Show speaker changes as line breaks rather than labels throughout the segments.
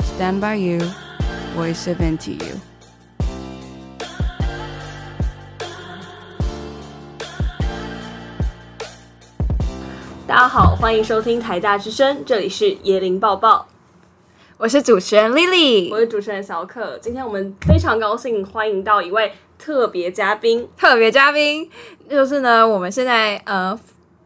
Stand by you, voice of NTU。
大家好，欢迎收听台大之声，这里是野林抱抱，
我是主持人 Lily，
我是主持人小可。今天我们非常高兴欢迎到一位特别嘉宾，
特别嘉宾就是呢，我们现在呃，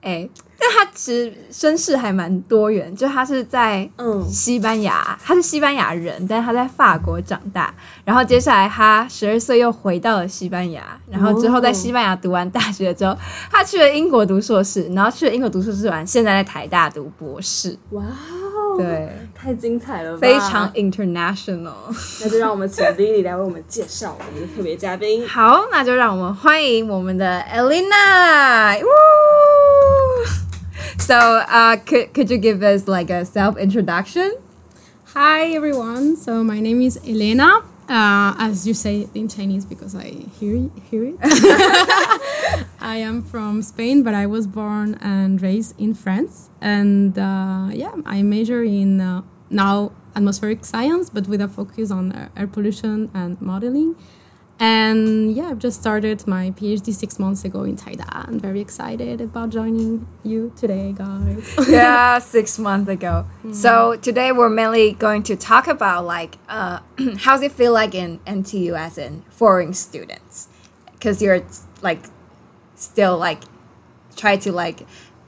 哎，但他其实身世还蛮多元，就他是在
嗯
西班牙，他是西班牙人，但是他在法国长大，然后接下来他十二岁又回到了西班牙，然后之后在西班牙读完大学之后，他去了英国读硕士，然后去了英国读硕士完，现在在台大读博士，
哇哦，，
对，
太精彩了吧，
非常。international。
那就让我们请 Lily 来为我们介绍我们的特别嘉 宾。
好，那就让我们欢迎我们的 Elena。Woo! So, uh, could could you give us like a self introduction?
Hi everyone. So my name is Elena. Uh, as you say it in Chinese because I hear hear it. I am from Spain, but I was born and raised in France. And uh, yeah, I major in uh, now atmospheric science, but with a focus on air- air pollution and modeling. And yeah, I've just started my PhD six months ago in Taida. I'm very excited about joining you today, guys.
yeah, six months ago. So today we're mainly going to talk about like uh, how's it feel like in NTU as in foreign students, because you're like still like try to like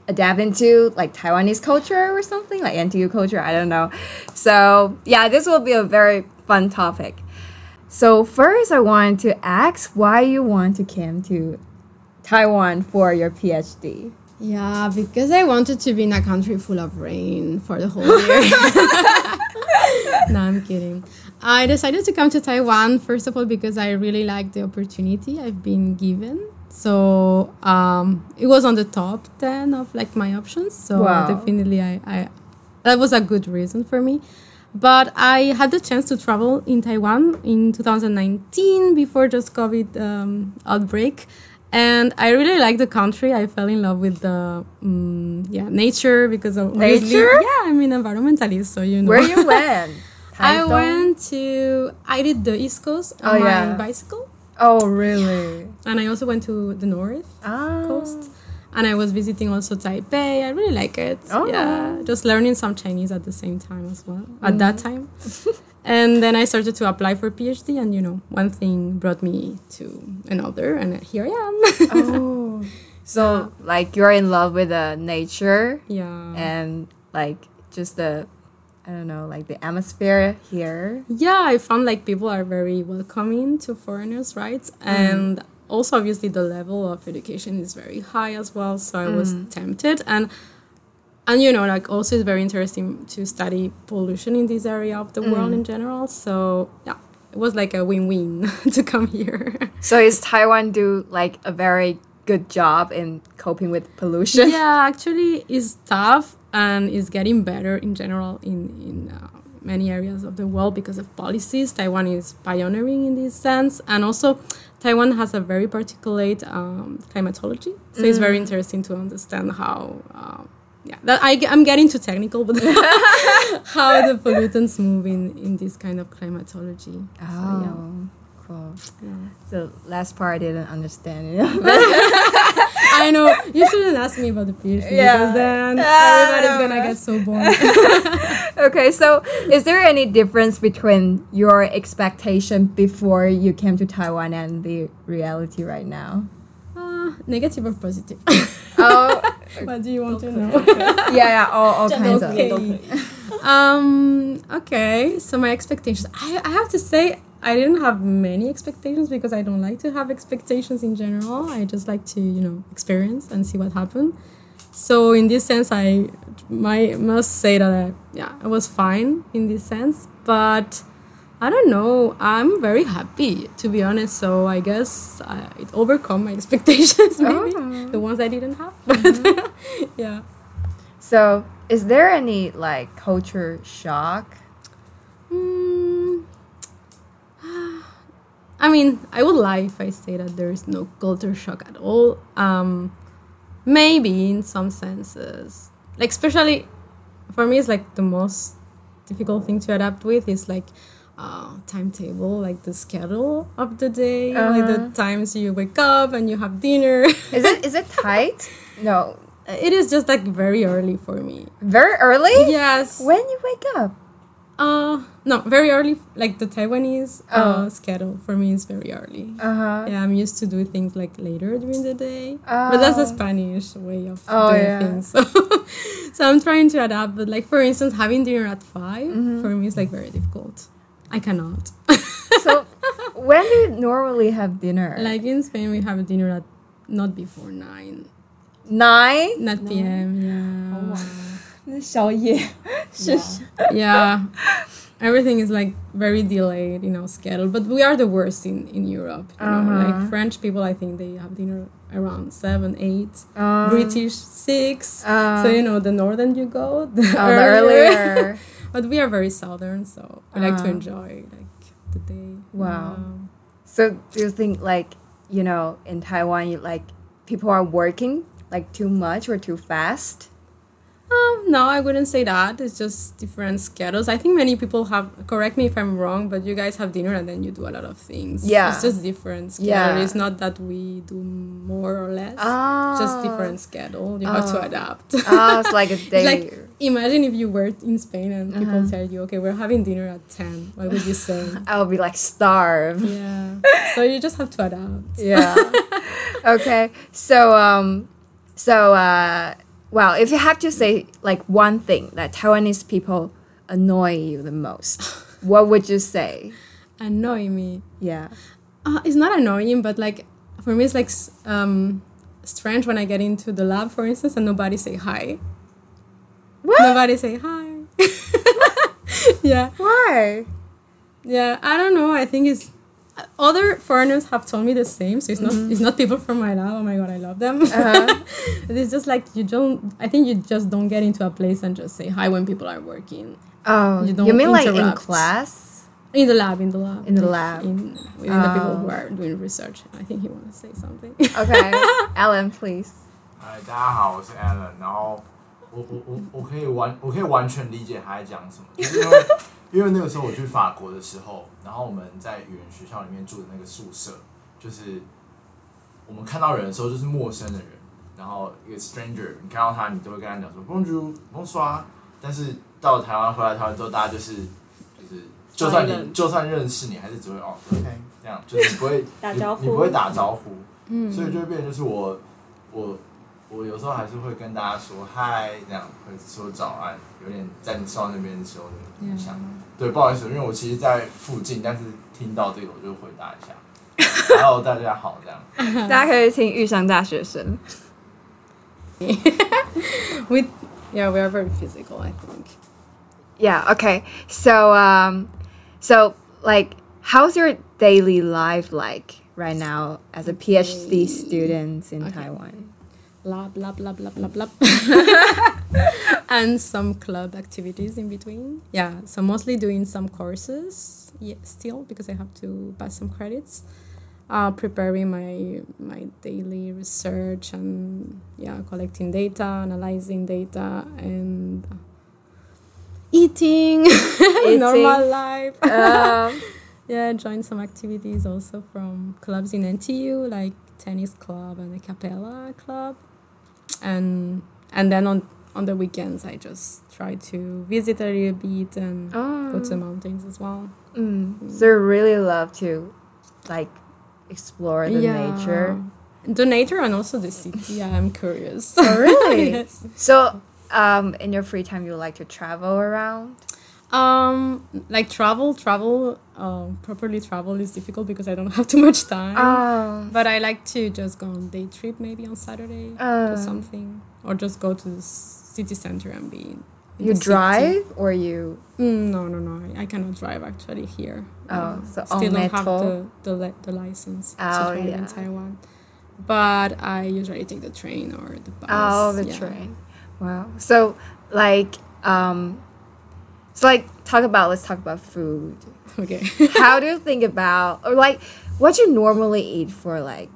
adapt into like Taiwanese culture or something like NTU culture. I don't know. So yeah, this will be a very fun topic. So first, I wanted to ask why you want to come to Taiwan for your PhD.
Yeah, because I wanted to be in a country full of rain for the whole year. no, I'm kidding. I decided to come to Taiwan, first of all, because I really like the opportunity I've been given. So um, it was on the top 10 of like my options. So
Wow.
definitely I, I, that was a good reason for me. But I had the chance to travel in Taiwan in 2019 before just COVID um, outbreak, and I really liked the country. I fell in love with the um, yeah nature because of obviously-
Nature?
Yeah, I'm an environmentalist, so you know.
Where you went?
I
Taitung?
went to I did the East Coast on
Oh,
my
yeah.
bicycle,
Oh, really?
and I also went to the North
Ah.
Coast. And I was visiting also Taipei. I really like it.
Oh.
Yeah, just learning some Chinese at the same time as well.
Mm.
At that time, and then I started to apply for PhD, and you know, one thing brought me to another, and here I am.
Oh. So, like, you're in love with the nature
yeah.
and, like, just the, I don't know, like the atmosphere here.
yeah, I found like people are very welcoming to foreigners, right? And also, obviously, the level of education is very high as well. So I was tempted, and and you know, like also it's very interesting to study pollution in this area of the world in general. So yeah, it was like a win-win to come here.
So, is Taiwan do, like, a very good job in coping with pollution?
yeah, actually, it's tough and it's getting better in general in in uh, many areas of the world because of policies. Taiwan is pioneering in this sense, and also Taiwan has a very particulate um, climatology, so it's
Mm.
very interesting to understand how. Uh, yeah, that I, am getting too technical, but how the pollutants move in, in this kind of climatology. So, yeah.
Oh, cool. The last part I didn't understand. it.
I know you shouldn't ask me about the PhD
Yeah.
because then
Ah,
everybody's
no,
gonna
no.
get so bored.
okay, so is there any difference between your expectation before you came to Taiwan and the reality right now?
Uh, negative or positive?
Oh,
what do you want to know?
yeah, yeah, all, all kinds of.
Okay. 都可以
um, okay, so my expectations. I, I have to say, I didn't have many expectations because I don't like to have expectations in general. I just like to, you know, experience and see what happens. So in this sense, I my, must say that I, yeah, I was fine in this sense, but I don't know. I'm very happy to be honest. So I guess uh, it overcome my expectations, maybe the ones I didn't have. But yeah.
So, is there any like culture shock?
Mm, I mean, I would lie if I say that there is no culture shock at all. Um, maybe in some senses, like especially for me, it's like the most difficult thing to adapt with is like uh, timetable, like the schedule of the day, like the times you wake up and you have dinner.
Is it is it tight? No,
it is just like very early for me.
very early.
Yes.
When you wake up,
Uh, no, very early. Like the Taiwanese
Oh.
uh, schedule for me is very early.
uh huh.
Yeah, I'm used to do things like later during the day, but that's the Spanish way of
Oh,
doing
yeah.
things. So, so I'm trying to adapt. But like for instance, having dinner at 5
Mm-hmm.
for me is like very difficult. I cannot.
So when do you normally have dinner?
like in Spain, we have dinner at not before nine,
nine. Oh
9 p.m. Yeah.
Shush.
yeah everything is like very delayed in our schedule but we are the worst in in europe you know?
Uh-huh.
like french people i think they have dinner around seven eight
Uh.
british six so you know the northern you go the
Oh, the earlier. Uh.
but we are very southern so we like to enjoy like the day
Wow. So do you think like you know in Taiwan you like people are working like too much or too fast?
Um, no, I wouldn't say that. It's just different schedules. I think many people have. Correct me if I'm wrong, but you guys have dinner and then you do a lot of things.
Yeah.
it's just different schedule.
Yeah.
It's not that we do more or less.
Ah,
Just different schedule. You have to adapt.
Ah, it's like a day.
like imagine if you were in Spain and
Uh-huh.
people tell you, okay, we're having dinner at ten. What would you say?
I'll be like starved.
yeah. So you just have to adapt.
Yeah. okay. So um, so uh, well, if you have to say like one thing that Taiwanese people annoy you the most, what would you say?
Annoy me.
Yeah.
uh, it's not annoying, but like for me, it's like s- um, strange when I get into the lab, for instance, and nobody say hi.
What?
Nobody say hi. yeah,
Why?
yeah. I don't know. I think it's uh, other foreigners have told me the same. So it's
Mm-hmm.
not it's not people from my lab. Oh my god, I love them.
Uh-huh.
But it's just like you don't. I think you just don't get into a place and just say hi when people are working
Oh,
You
you,
don't
mean like in
interrupt.
class?
in the lab. In the lab.
In the
like,
lab. Ah.
In, within the people who are doing research. I think he wants to say something.
Okay, Alan, please.
嗨，哎大家好，我是 Alan。然后我我我我可以完我可以完全理解他在讲什么，就是因为因为那个时候我去法国的时候，然后我们在语言学校里面住的那个宿舍，就是我们看到人的时候就是陌生的人，然后一个 stranger，你看到他，你都会跟他讲说 Bonjour、Bonsoir。但是到了台湾回来台湾之后，大家就是就是就算你
Silent
就算认识你，还是只会哦 OK 这样，就是你不会
打
你
招呼嗯
你不会打招呼，所以就会变成就是我我我有时候还是会跟大家说嗨，这样会说早安，有点在你笑那边的时候的影响。
嗯
对，不好意思，因为我其实在附近，但是听到这个我就回 答一下。Hello，大家好，这样。
大家可以听《遇上大学生
we yeah we are very physical i think》。
Yeah. Okay. So um, so like, how's your daily life like right now as a
Mm.
PhD student in Taiwan?
lab lab lab lab lab lab and some club activities in between yeah so mostly doing some courses yeah, still because i have to pass some credits uh, preparing my my daily research and yeah collecting data analyzing data and eating, normal life
um,
Yeah, I joined some activities also from clubs in NTU, like tennis club and a cappella club, and and then on on the weekends I just try to visit a little bit and
Oh.
go to the mountains as well.
mm, so you really love to like explore the nature.
the nature and also the city. Yeah, I'm curious.
Oh, really?
Yes.
So um, in your free time, you like to travel around.
Um, like travel, travel, um, properly travel is difficult because I don't have too much time.
Um,
But I like to just go on day trip maybe on Saturday
Uh.
or something, or just go to the s- city center and be. in
you
the city.
drive or you
Mm, no, no, no. I, I cannot drive actually here.
Oh, so
Mm. still
on
don't have
metro?
the the, li- the license
Oh,
to drive
yeah.
in Taiwan. But I usually take the train or the bus.
Oh, the
yeah.
train. Wow. So, like, um, so like, talk about. Let's talk about food.
Okay.
How do you think about, or like, what you normally eat for like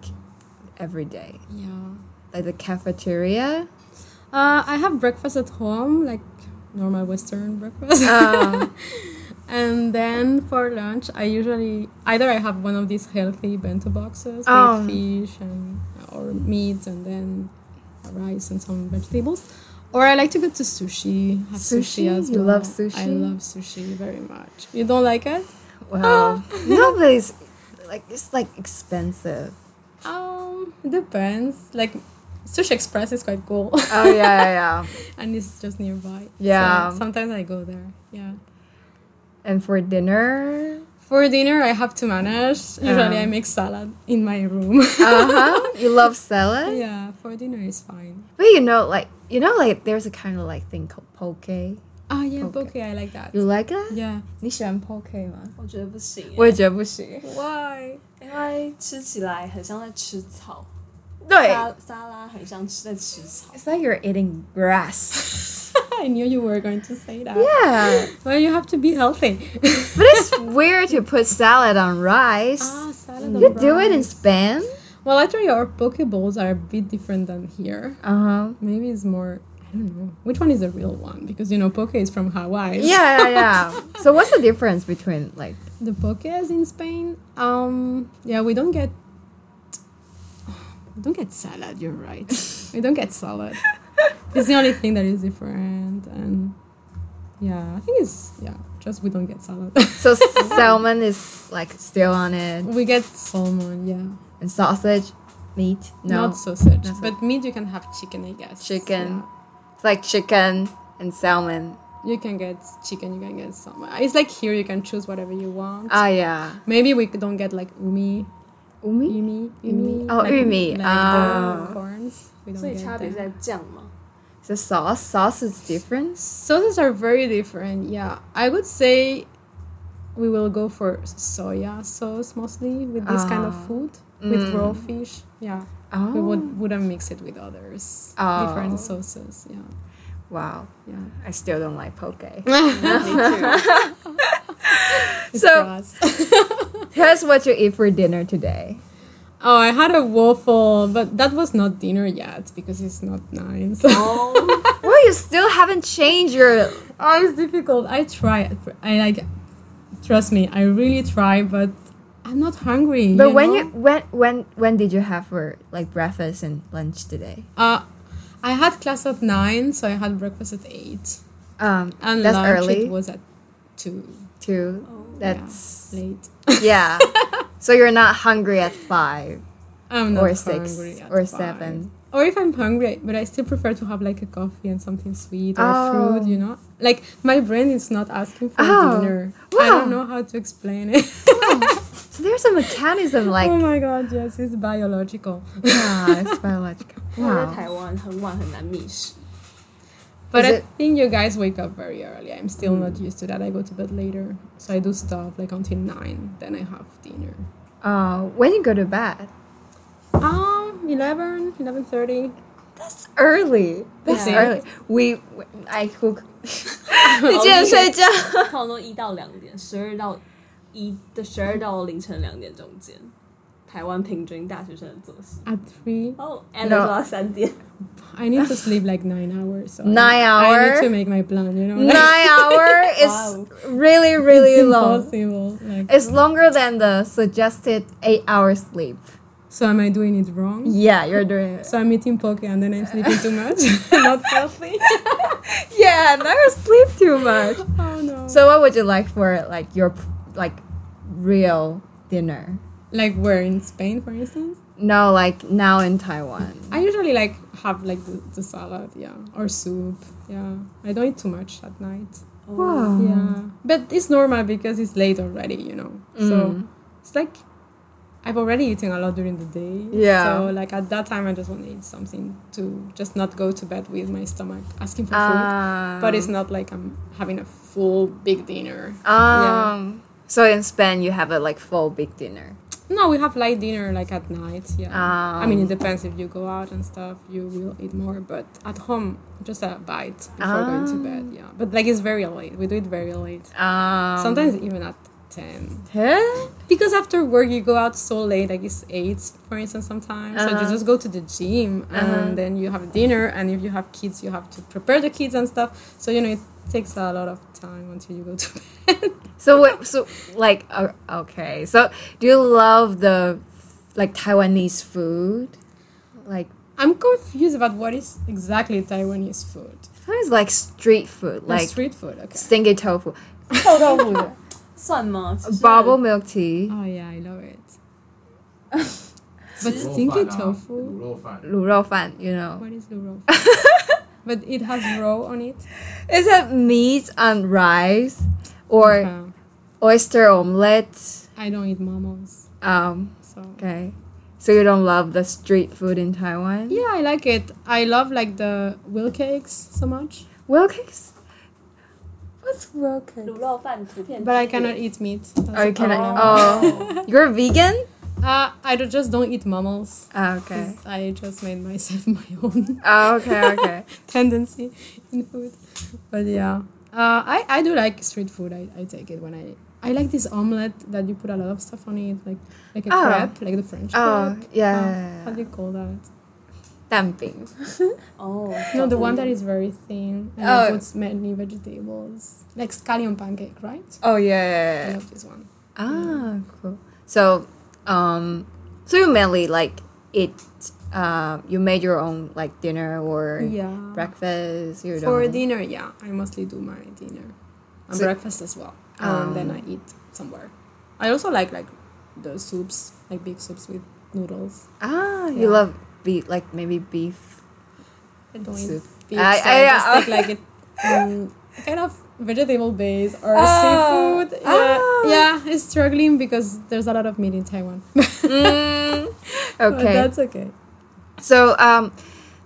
every day,
yeah.
like the cafeteria?
Uh, I have breakfast at home, like normal Western breakfast.
Ah.
and then for lunch, I usually either I have one of these healthy bento boxes
Oh.
with fish and or meat, and then rice and some vegetables. Or I like to go to sushi. Have sushi,
Sushi?
as
You
well.
love
I
sushi?
love sushi very much. You don't like it?
Wow. no, but it's like it's like expensive.
Um, it depends. Like, Sushi Express is quite cool,
Oh yeah, yeah.
and it's just nearby.
Yeah.
So sometimes I go there. Yeah.
and for dinner,
For dinner, I have to manage. Usually,
Um.
I make salad in my room.
uh huh. you love salad,
yeah, for dinner is fine.
but you know, like you know, like there's a kind of like thing called poke. You
Ah, yeah,
Poke.
poke. I like that.
like that?
Yeah.
你喜欢 poke 吗？
我觉得不行耶，
我也觉得不行。
Why?
因为吃起来很像在吃草，
对
沙沙拉很像吃在吃草。
，It's like you're eating grass.
I knew you were going to say that.
Yeah,
Well, you have to be healthy.
but it's weird to put salad on rice.
ah, salad.
you
and
do it in
rice.
Spain?
Well, actually, our poke bowls are a bit different than here.
Uh huh.
Maybe it's more. I don't know. Which one is the real one? Because you know, poke is from Hawaii.
Yeah, yeah, yeah. so what's the difference between like?
the pokés in Spain. Um, yeah, we don't get we don't get salad. You're right. we don't get salad. It's the only thing that is different, and yeah, I think it's yeah, just we don't get salad.
So salmon is like still on it,
we get salmon, yeah,
and sausage, meat. No,
not sausage,
not
but meat you can have chicken, I guess.
Chicken.
Yeah.
it's like chicken and salmon.
You can get chicken, you can get salmon. It's like here you can choose whatever you want.
Ah, yeah.
Maybe we don't get like umi,
Umi.
umi, umi.
Oh,
like,
umi,
Like
ah.
the corns. We don't
所以
get
差别
them.
在酱吗？
The sauce. Sauce is different.
Sauces are very different. Yeah, I would say we will go for soya sauce mostly with this kind of
Ah.
food with raw fish. Yeah,
Oh.
we would wouldn't mix it with others
Oh.
different sauces. Yeah,
Wow.
yeah.
I still don't like poke.
It's
So-
gross.
Tell us what you eat for dinner today.
oh, I had a waffle, but that was not dinner yet because it's not nice.
Oh. Well, you still haven't changed your.
Oh, it's difficult. I try. I like. Trust me, I really try, but I'm not hungry.
But
you
when
know?
you when when when did you have for like breakfast and lunch today?
Uh, I had class at nine, so I had breakfast at eight,
Um,
and
that's
lunch
early
it was Oh, at two.
too.
It's
That's
late.
yeah. so you're not hungry at five
I'm not
or six
hungry at
or
five.
seven.
Or if I'm hungry, but I still prefer to have like a coffee and something sweet or
Oh.
fruit. You know, like my brain is not asking for
Oh,
dinner. I
wow.
don't know how to explain it.
So there's a mechanism like
oh my god, yes, it's biological.
yeah, it's biological.
因为在
Wow.
台湾很晚很难觅食。
But
Is
I
it- Hmm.
think you guys wake up very early. I'm still not used to that. I go to bed later, so I do stuff like until nine. Then I have dinner.
Uh, when you go to bed,
Um, 11, 11.30.
that's early. That's
Yeah.
early. We I cook. 你竟然睡觉？
通常都一到两点，十二到一的十二到凌晨两点中间，台湾平均大学生的作息。
At 3,
哦 a n 到三点，
I need to sleep like 9 hours. So I-
Nine
I
hour?
need to make my plan, you know?
Nine hour is
Wow.
really really
it's
long.
impossible. Like,
It's longer than the suggested eight hours sleep.
so am I doing it wrong?
Yeah, you're doing it.
So I'm eating poke and then I'm sleeping too much? Not healthy?
Yeah, never sleep too much.
Oh no.
So what would you like for like your like real dinner?
Like where in Spain, for instance?
No, like now in Taiwan.
I usually like have like the, the salad, yeah, or soup, yeah. I don't eat too much at night.
Wow.
Yeah, but it's normal because it's late already, you know.
Mm.
So it's like I've already eaten a lot during the day.
Yeah.
So like at that time, I just want to eat something to just not go to bed with my stomach asking for
Um,
food. But it's not like I'm having a full big dinner.
Um. So in Spain, you have a like full big dinner.
No, we have light dinner like at night. Yeah. I mean,
Um.
it depends if you go out and stuff, you will eat more. But at home, just a bite before going
Ah.
to bed. Yeah. But like it's very late. We do it very late.
Um.
Sometimes even at ten.
Huh?
because after work you go out so late like it's eight for instance sometimes so you just go to the gym and then you have dinner and if you have kids you have to prepare the kids and stuff so you know it takes a lot of time until you go to bed.
So wait, so like uh, okay. So do you love the like Taiwanese food? Like
I'm confused about what is exactly Taiwanese food.
sometimes like street food,
Like
like
street food, okay.
stinky tofu, 臭豆腐、
算吗？其实
bubble milk tea、
Oh yeah, I love it. but
卤肉
stinky
饭啊
tofu,
卤肉饭，
卤肉饭，you know.
what is luro? but it has raw on it.
Is it meat and rice or
Okay.
oyster omelette?
I don't eat momos,
Um,
so
okay. So you don't love the street food in Taiwan?
yeah, I like it. I love like the wheel cakes so much,
Well, cakes. What's well cake?
卤肉饭图片，
but I cannot eat meat. That's
Oh, you
the
cannot-
problem.
Oh, you're vegan?
Uh, I do- just don't eat mammals.
Ah, okay.
I just made myself my own
Oh, okay, okay.
tendency in food. But yeah, uh, I, I do like street food. I, I take it when I I like this omelette that you put a lot of stuff on it, like like a
Oh.
crepe, like the French
Oh,
crepe. Oh,
yeah.
um, How do you call that?
Dumping.
哦，
No, the one that is very thin and
Oh.
it puts many vegetables, like scallion pancake, right?
Oh, yeah.
I love this one.
Ah, cool. So, um, so you mainly like eat, uh, you made your own like dinner or
Yeah.
breakfast. You
For
don't.
dinner, yeah, I mostly do my dinner and
So- Um,
breakfast as well, and then I eat somewhere. I also like like the soups, like big soups with noodles.
ah,
Yeah.
you love beef, like maybe beef.
I don't
Soup.
eat beef,
I-
so
I- uh,
I just
I-
take like it um, kind of vegetable base or
Ah,
seafood. Yeah,
ah.
yeah, it's struggling because there's a lot of meat in Taiwan.
Mm,
But
okay.
that's okay.
So, um,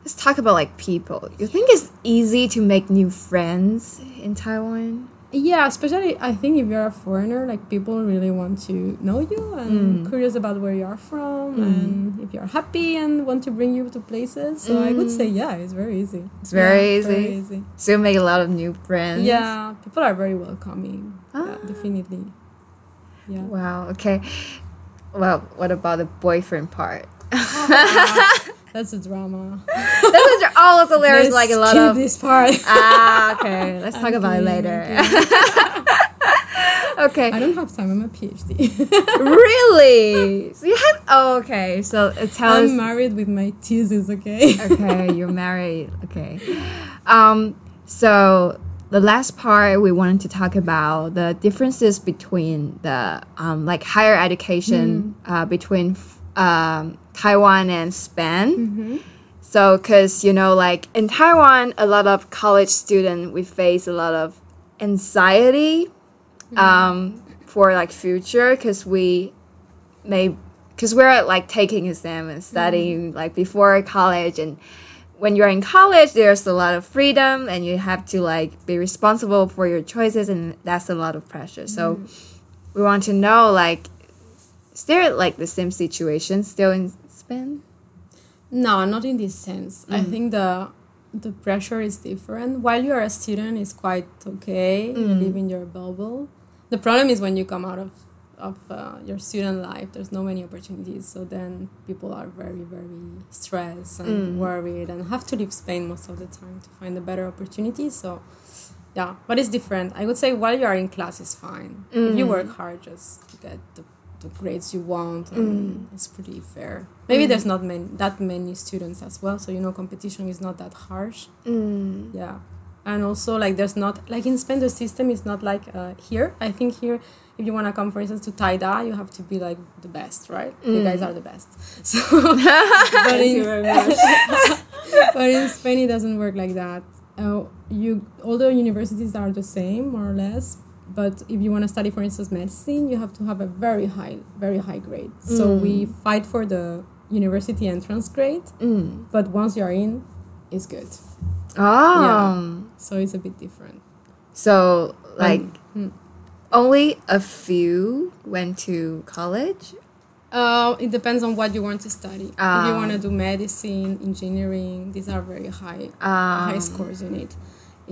let's talk about like people. You think it's easy to make new friends in Taiwan?
Yeah, especially I think if you're a foreigner, like people really want to know you and
Mm.
curious about where you are from and if you're happy and want to bring you to places. So I would say yeah, it's very easy.
Mm. It's very
Yeah,
easy.
Very easy.
So you make a lot of new friends.
Yeah, people are very welcoming. Yeah,
Ah.
definitely. Yeah.
Wow. Okay. Well, what about the boyfriend part?
That's a drama.
Those are all also there's
Let's
like a lot
skip
of
this part.
ah, okay. Let's talk about it later.
I
okay.
don't have time. I'm a PhD.
Really? So you have oh, okay. So it tells
I'm married with my thesis. Okay.
okay, you're married. Okay. Um so the last part we wanted to talk about the differences between the um, like higher education uh, between um, Taiwan and Spain. So, because you know, like in Taiwan, a lot of college students we face a lot of anxiety um, for like future because we may because we're like taking exam and studying like before college and when you're in college there's a lot of freedom and you have to like be responsible for your choices and that's a lot of pressure so we want to know like is there like the same situation still in spain
No, not in this sense. I think the the pressure is different. While you are a student, it's quite okay. You live in your bubble. The problem is when you come out of of uh, your student life. There's no many opportunities, so then people are very very stressed and worried and have to leave Spain most of the time to find a better opportunity. So. Yeah, but it's different. I would say while you are in class, it's fine. If you work hard, just get the the grades you want and it's pretty fair maybe there's not many that many students as well so you know competition is not that harsh yeah and also like there's not like in spain the system is not like uh, here i think here if you want to come for instance to taida you have to be like the best right you guys are the best so
Mm.
but
Thank you
in,
very much.
but in Spain, it doesn't work like that. Uh, you, although universities are the same more or less, but if you want to study, for instance, medicine, you have to have a very high, very high grade. So we fight for the university entrance grade, but once you're in, it's good.
oh
So it's a bit different.
so like
mm.
only a few went to college
Uh, it depends on what you want to study. if
Ah.
you want to do medicine, engineering, these are very high, high
Um,
scores you need.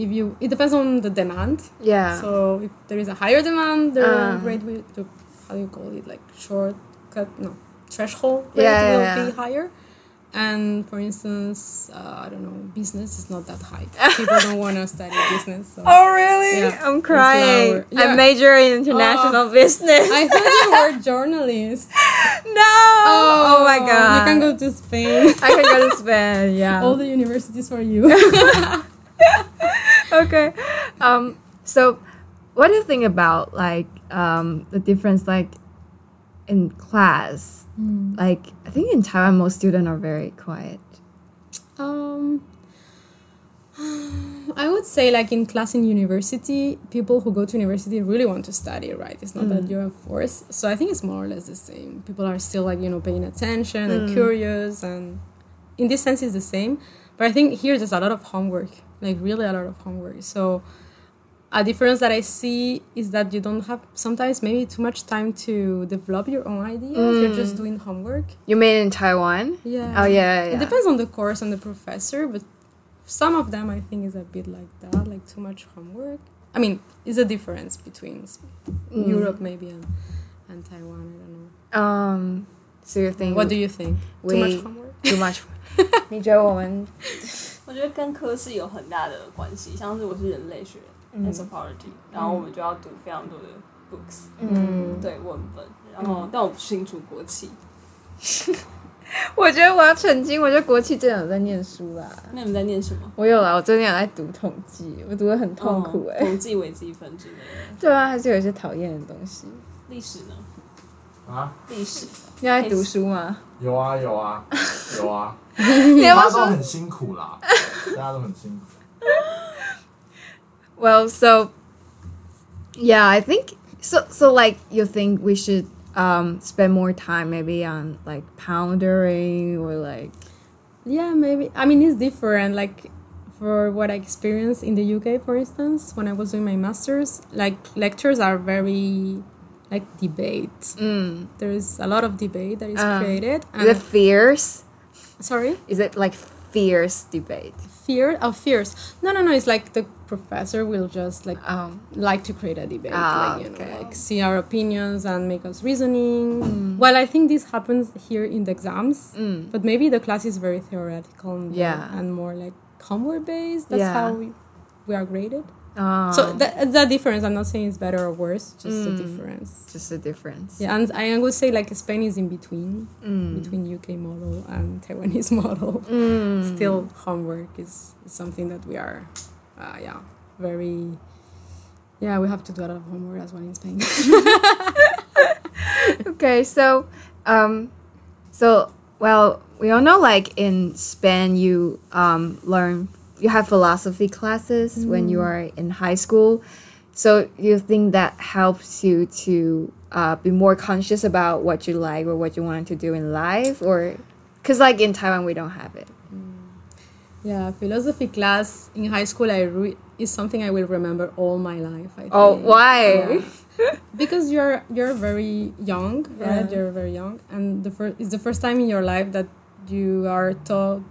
If you, it depends on the demand.
yeah
So if there is a higher demand, the
Ah.
rate will, the, how do you call it, like shortcut, no, threshold
Yeah,
rate
yeah,
will
yeah.
be higher. And for instance, uh, I don't know, business is not that high. People don't want to study business. So.
Oh really?
Yeah,
I'm
it's
crying.
lower. Yeah. Oh.
I major in international business.
I thought you were a journalist.
no. Oh, my god.
You can go to Spain.
I can go to Spain. Yeah.
All the universities for you.
okay. Um, so, what do you think about like um, the difference like in class?
Hmm.
Like, I think in Taiwan most students are very quiet.
Um, I would say, like in class in university, people who go to university really want to study, right? It's not that you're forced. So I think it's more or less the same. People are still like you know paying attention and curious, and in this sense, it's the same. But I think here there's a lot of homework, like really a lot of homework. So a difference that I see is that you don't have sometimes maybe too much time to develop your own ideas. You're just doing homework.
You mean in Taiwan?
Yeah.
Oh yeah, yeah.
It depends on the course and the professor, but some of them I think is a bit like that, like too much homework. I mean, it's a difference between s-
Mm.
Europe maybe and, and Taiwan. I don't know.
Um, so you're thinking
What do you think? Too
We-
much homework?
too much? 你觉得我们
我觉得跟科系有很大的关系，像是我是人类学
Mm.
anthropology，、然后我们就要读非常多的 books，嗯，对文本，然后、但我不清楚国企，
我觉得我要澄清，我觉得国企真的有在念书啦。
那你们在念什么？
我有啦，我最近有在读统计，我读的很痛苦哎、
哦统计微积分之类的。
对啊，还是有一些讨厌的东西。
历史呢？
啊，
历史
你在读书吗？
有啊有啊有啊，
你要不
大
要
家都
说
很辛苦啦，大家都很辛苦。
Well, so yeah, I think so. So like you think we should um spend more time maybe on like pondering or like
Yeah, maybe. I mean, it's different. Like for what I experienced in the UK, for instance, when I was doing my masters, like lectures are very like debate. There is a lot of debate that is
Ah.
created.
is it
And,
fierce?
sorry.
Is it like fierce debate?
fear oh fears no no no it's like the professor will just like
Um,
like to create a debate
Ah,
like you
okay.
know like see our opinions and make us reasoning
Mm.
well i think this happens here in the exams but maybe the class is very theoretical and,
Yeah.
and more like homework based that's
Yeah.
how we, we are graded
um,
so that, that difference i'm not saying it's better or worse just
Mm.
the difference
just a difference.
yeah, and I would say like Spain is in between, between UK model and Taiwanese model. Still, homework is, is something that we are, uh, yeah, very, yeah, we have to do a lot of homework as well in Spain.
Okay, so um, so well, we all know like in Spain you um learn you have philosophy classes when
Mm.
you are in high school. So you think that helps you to uh, be more conscious about what you like or what you want to do in life, or because like in Taiwan we don't have it.
yeah, philosophy class in high school I re- is something I will remember all my life. I
Oh,
think.
why?
because you're you're very young right you're very young and the first it's the first time in your life that you are told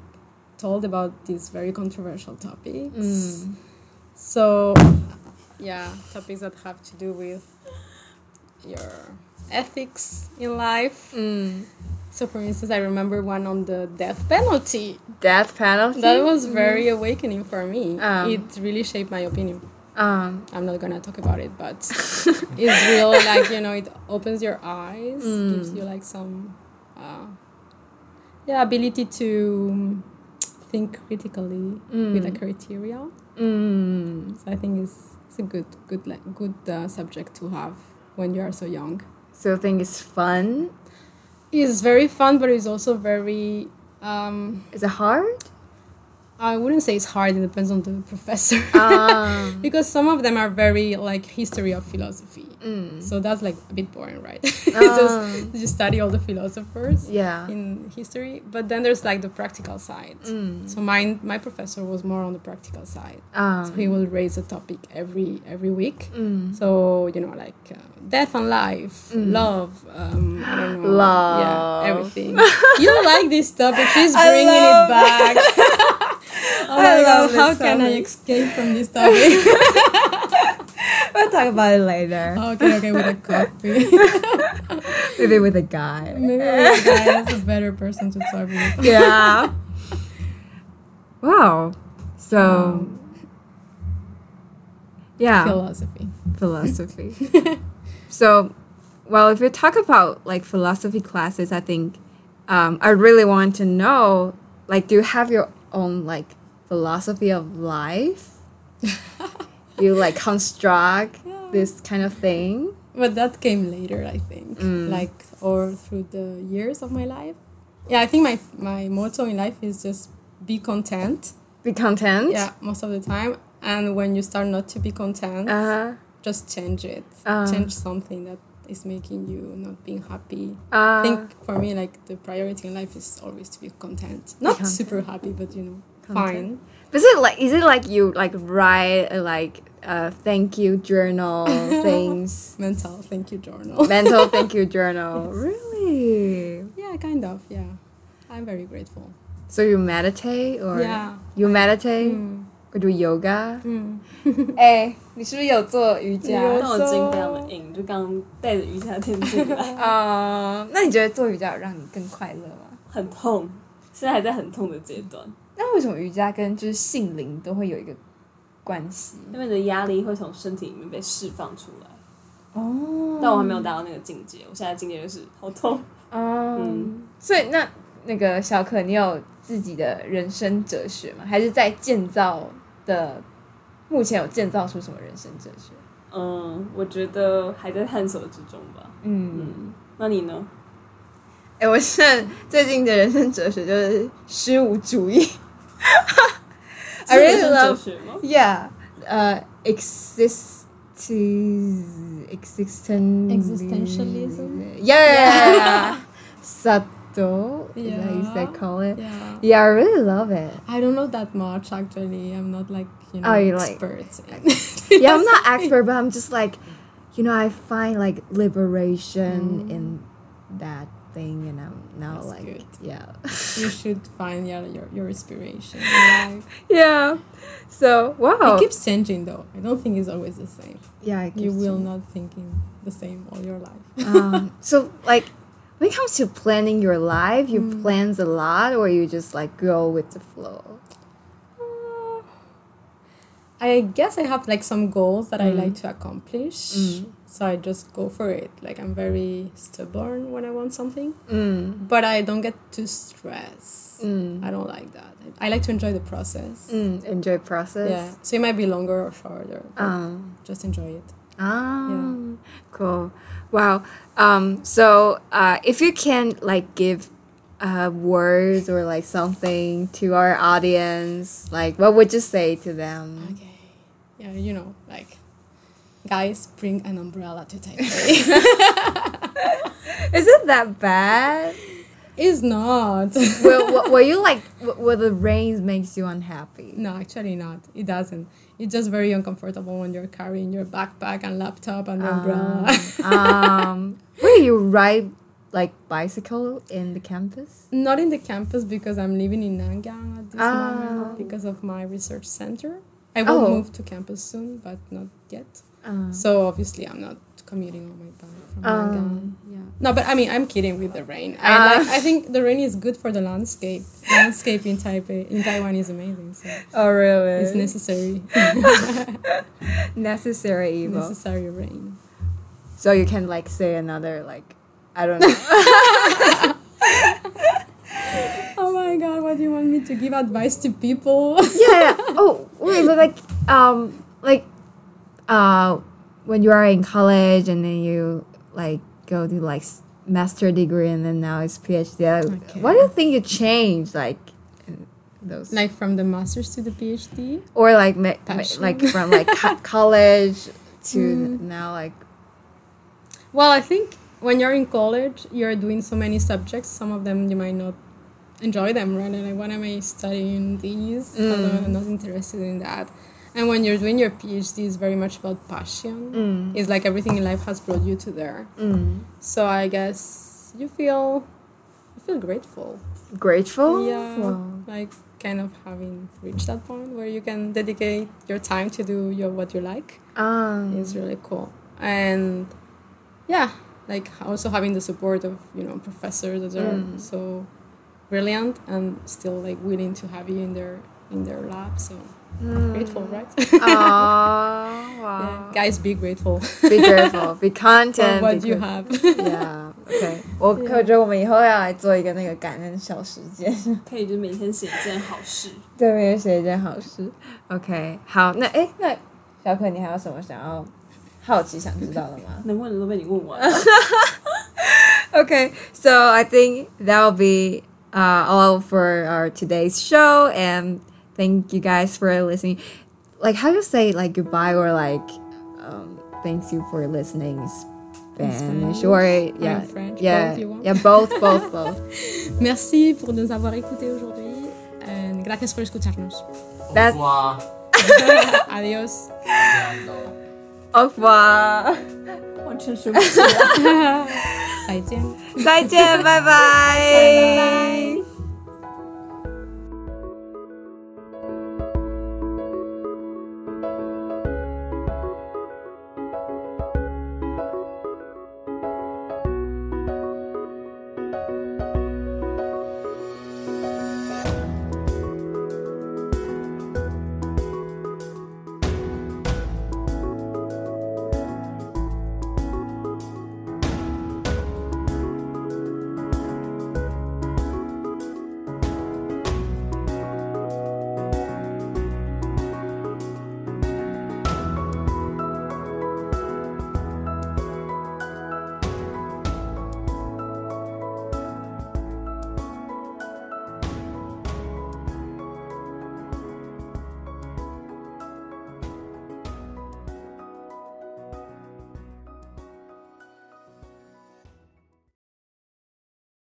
told about these very controversial topics
Mm.
Mm. so yeah topics that have to do with your ethics in life
Mm.
so for instance i remember one on the death penalty
Death penalty.
that was very awakening for me
Um.
it really shaped my opinion
um,
I'm not gonna talk about it, but it's really like you know, it opens your eyes, gives you like some, uh, yeah, ability to think critically with a criteria.
mm,
So I think it's it's a good good like good uh, subject to have when you are so young.
so you think it's fun?
It's very fun, but it's also very. Um,
Is it hard?
I wouldn't say it's hard. It depends on the professor.
um,
because some of them are very like history of philosophy
Mm.
so that's like a bit boring right it's just you study all the philosophers
Oh. yeah.
in history but then there's like the practical side
Mm.
so mine my professor was more on the practical side so
Um,
he will raise a topic every every week
Mm.
so you know like uh, death and life love um, I don't know
Love.
yeah everything you like this topic she's
I
bringing
love-
it back oh
I
my
love
god
this
how can I
topic.
escape from this topic
we'll talk about it later.
Okay, okay, with a coffee.
Maybe with a guy.
Maybe that's a better person to talk with.
Yeah. wow. So. Um, yeah.
Philosophy.
philosophy. so, well, if we talk about like philosophy classes, I think um, I really want to know like, do you have your own like philosophy of life? do you like construct this kind of thing?
But that came later, I think.
Mm.
Like, or through the years of my life. Yeah, I think my my motto in life is just be content.
Be content.
Yeah, most of the time. And when you start not to be content,
Uh
just change it.
Uh.
change something that is making you not being happy.
huh. Uh,
I think for me, like the priority in life is always to be content. Not
content.
super happy, but you know,
Content. Is it like is it like you like write uh, like uh thank you journal things
fine. Mental, thank you, journal.
mental thank you journal really
yeah, kind of. Yeah, I'm very grateful.
so you meditate or
Yeah. Mm.
you meditate or do yoga 哎、Eh, 你是不是有做瑜 伽
有
啊但我尽量的硬，就刚刚带着瑜伽垫进来，
啊那你觉得做瑜伽有让你更快乐吗？
很痛，现在还在很痛的阶段，
那为什么瑜伽跟就是性灵都会有一个关系？
因为你的压力会从身体里面被释放出来。
哦
但我还没有达到那个境界，我现在境界就是好痛。
嗯
嗯，
所以那那个小可，你有自己的人生哲学吗？还是在建造的？目前有建造出什么人生哲学？
嗯，我觉得还在探索之中吧。
嗯，
嗯，那你 呢？
哎、我现在最近的人生哲学就是虚无主义。I
这也
really
是哲
love,
学吗？
yeah, 呃、exist. Existen
Existentialism?
yeah, subtle, is that
Yeah.
how you call it?
Yeah.
Yeah, I really love it.
I don't know that much actually. I'm not like you know
Oh, you like-
expert. in-
yeah, I'm not expert, but I'm just like, you know, I find like liberation in that thing, and I'm now
That's
like,
good.
yeah,
you should find yeah, your your inspiration. in life.
yeah. So wow,
It keeps changing though. I don't think it's always the same.
yeah, it
You
keeps
will not thinking the same all your life.
changing. um, so like, when it comes to planning your life, you plans a lot, or you just like go with the flow.
Uh, I guess I have like some goals that I like to accomplish. So I just go for it. Like I'm very stubborn when I want something,
Mm.
but I don't get too stressed.
Mm.
I don't like that. I like to enjoy the process.
Mm. Enjoy process.
Yeah. So it might be longer or shorter. but
Um.
Just enjoy it.
Ah, cool. Wow. Um, so uh, if you can like give uh, words or like something to our audience, like what would you say to them?
Okay. Yeah, you know, like guys bring an umbrella to Taipei.
Is it that bad?
it's not.
were, were, were you like w- were the rain makes you unhappy?
no, actually not. It doesn't. It's just very uncomfortable when you're carrying your backpack and laptop and umbrella.
Ah. Um, wait, you ride like bicycle in the campus?
not in the campus because I'm living in Nangang at this
Ah.
moment because of my research center. I will
Oh.
move to campus soon, but not yet.
Uh,
So obviously I'm not commuting on my bike from
Ah.
Nangang. Yeah. No, but I mean I'm kidding with the rain. I like, I think the rain is good for the landscape. landscape in Taipei in Taiwan is amazing. So
oh, really?
it's necessary.
necessary evil.
necessary rain.
So you can like say another like I don't know.
Oh my god, what do you want me to give advice to people?
yeah. Oh, wait, but like, um, like, uh, when you are in college and then you like go to like s- master degree and then now it's PhD. Like,
Okay.
What uh, do you think you changed, like in those,
like from the masters to the PhD.
or like ma- ma-
Passion. Mm.
like from like co- college to now like
Well, I think when you're in college, you're doing so many subjects. Some of them you might not enjoy them, right? And like, what am I studying these? Although I'm not interested in that. And when you're doing your PhD, it's very much about passion. It's like everything in life has brought you to there. So I guess you feel you feel grateful.
grateful.
yeah,
Wow.
like kind of having reached that point where you can dedicate your time to do your what you like
Um,
is really cool. And yeah, like also having the support of you know professors that are
Mm.
so brilliant and still like willing to have you in their in their lab. So grateful, right?
oh wow!
Yeah, guys, be grateful
Be grateful, be content.
for what
be
you
grateful.
have.
Yeah, OK，我我觉得我们以后要来做一个那个感恩小时间，
可以就每天写一件好事。
对面人写一件好事。OK，好，那哎，那小可，你还有什么想要好奇想知道的吗
能问的都被你问 完了，
？OK，so、I think that'll be uh all for our today's show, and thank you guys for listening. Like, how do you say like goodbye or like um thanks you for listening? in Spanish or yeah,
French,
yeah,
both you want.
yeah, both, both, both.
Merci por nos avoir écoutés aujourd'hui. and Gracias por escucharnos.
南
That's-
瓜，
Adiós.
au revoir.
完全说不出来。
再见。
再见，拜拜。